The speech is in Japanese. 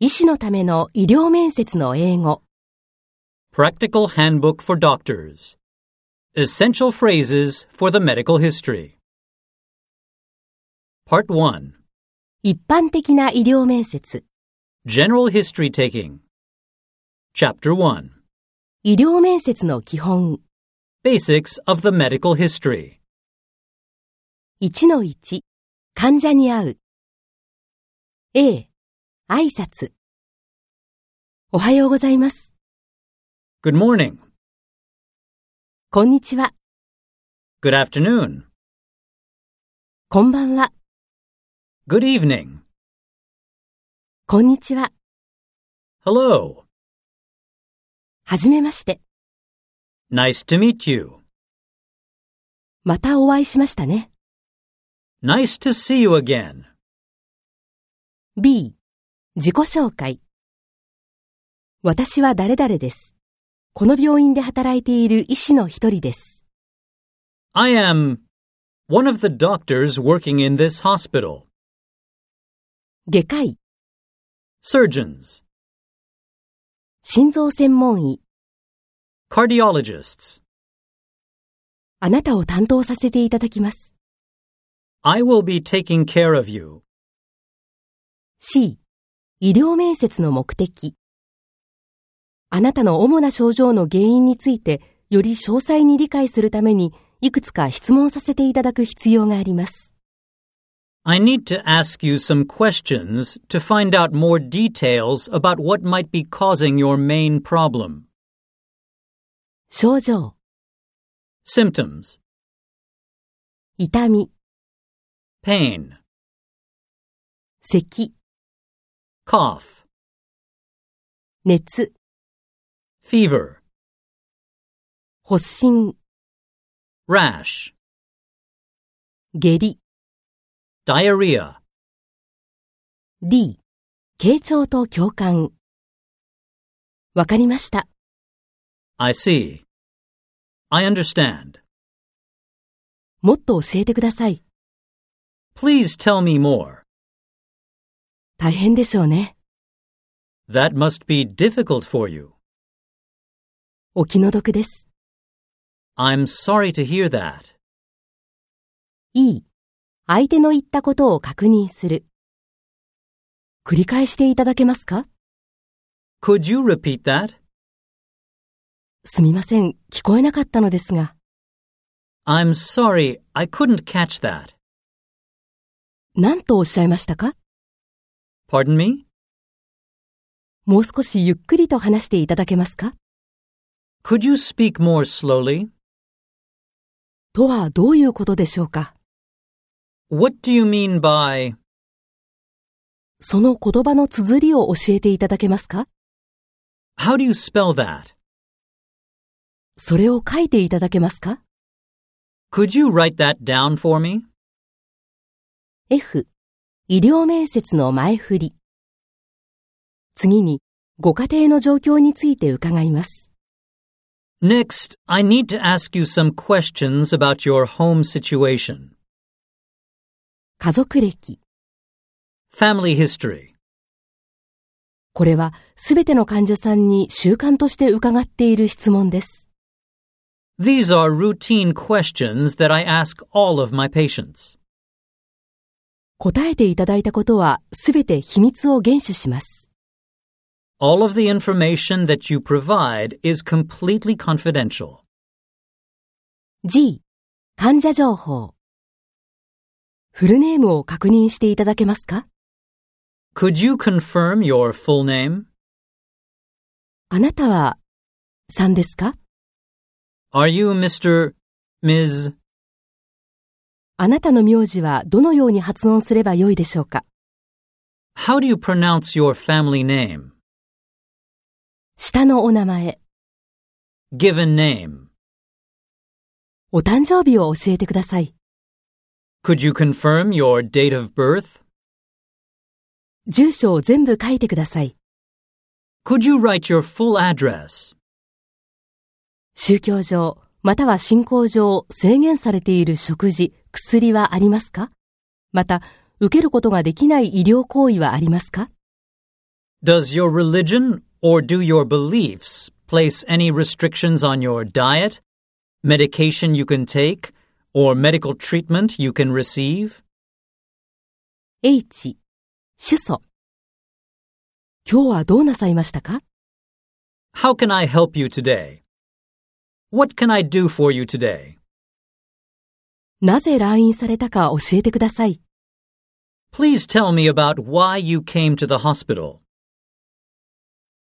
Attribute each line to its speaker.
Speaker 1: 医師のための医療面接の英語。
Speaker 2: Practical Handbook for Doctors Essential Phrases for the Medical History. Part 1
Speaker 1: 一般的な医療面接。
Speaker 2: General History Taking. Chapter 1
Speaker 1: 医療面接の基本。
Speaker 2: Basics of the Medical History.
Speaker 1: 1-1。患者に会う。A。挨拶。おはようございます。
Speaker 2: Good morning.
Speaker 1: こんにちは。
Speaker 2: Good afternoon.
Speaker 1: こんばんは。
Speaker 2: Good evening.
Speaker 1: こんにちは。
Speaker 2: Hello.
Speaker 1: はじめまして。
Speaker 2: Nice to meet you.
Speaker 1: またお会いしましたね。
Speaker 2: Nice to see you again.
Speaker 1: B。自己紹介。私は誰々です。この病院で働いている医師の一人です。
Speaker 2: I am one of the doctors working in this hospital.
Speaker 1: 外科医、
Speaker 2: Surgeons.
Speaker 1: 心臓専門医、
Speaker 2: Cardiologists.
Speaker 1: あなたを担当させていただきます。
Speaker 2: I will be taking care of you.
Speaker 1: C、医療面接の目的。あなたの主な症状の原因について、より詳細に理解するために、いくつか質問させていただく必要があります。
Speaker 2: I need to ask you some questions to find out more details about what might be causing your main problem.
Speaker 1: 症状、
Speaker 2: Symptoms,
Speaker 1: 痛み、
Speaker 2: pain,
Speaker 1: 咳、
Speaker 2: cough,
Speaker 1: 熱、
Speaker 2: fever,
Speaker 1: 発疹、
Speaker 2: rash,
Speaker 1: 下痢、
Speaker 2: diarrhea,
Speaker 1: D、傾聴と共感。わかりました。
Speaker 2: I see. I understand.
Speaker 1: もっと教えてください。
Speaker 2: Please tell me more.
Speaker 1: 大変でしょうね。
Speaker 2: That must be difficult for you.
Speaker 1: お気の毒です。
Speaker 2: I'm sorry to hear that.
Speaker 1: E、相手の言ったことを確認する。繰り返していただけますか
Speaker 2: Could you repeat that?
Speaker 1: すみません、聞こえなかったのですが、
Speaker 2: I'm sorry, I couldn't catch that.
Speaker 1: 何とおっしゃいましたか
Speaker 2: Pardon me?
Speaker 1: もう少しゆっくりと話していただけますか
Speaker 2: Could you speak more slowly?
Speaker 1: とはどういうことでしょうか
Speaker 2: What do you mean by
Speaker 1: その言葉の綴りを教えていただけますか
Speaker 2: how do you spell that?
Speaker 1: それを書いていただけますか
Speaker 2: Could you write that down for me?
Speaker 1: ?F、医療面接の前振り。次に、ご家庭の状況について伺います。
Speaker 2: Next, I need to ask you some questions about your home situation,
Speaker 1: 家族歴。
Speaker 2: family history,
Speaker 1: これはすべての患者さんに習慣として伺っている質問です。
Speaker 2: These are routine questions that I ask all of my patients.
Speaker 1: 答えていただいたことはすべて秘密を厳守します。
Speaker 2: All of the information that you provide is completely confidential.
Speaker 1: G、患者情報。フルネームを確認していただけますか
Speaker 2: Could you confirm your full name?
Speaker 1: あなたは、さんですか
Speaker 2: Are you Mr. Ms.
Speaker 1: あなたの名字はどのように発音すればよいでしょうか
Speaker 2: How do you pronounce your family name?
Speaker 1: 下のお名前、
Speaker 2: Given name.
Speaker 1: お誕生日を教えてください。
Speaker 2: Could you confirm your date of birth?
Speaker 1: 住所を全部書いてください。
Speaker 2: Could you write your full address?
Speaker 1: 宗教上、または信仰上制限されている食事、薬はありますかまた、受けることができない医療行為はありますか
Speaker 2: Does your religion or do your beliefs place any restrictions on your diet, medication you can take, or medical treatment you can receive?
Speaker 1: H、主訴。今日はどうなさいましたか
Speaker 2: How can I help you today? What can I do for you today?
Speaker 1: なぜ来院されたか教えてください。
Speaker 2: Please tell me about why you came to the hospital.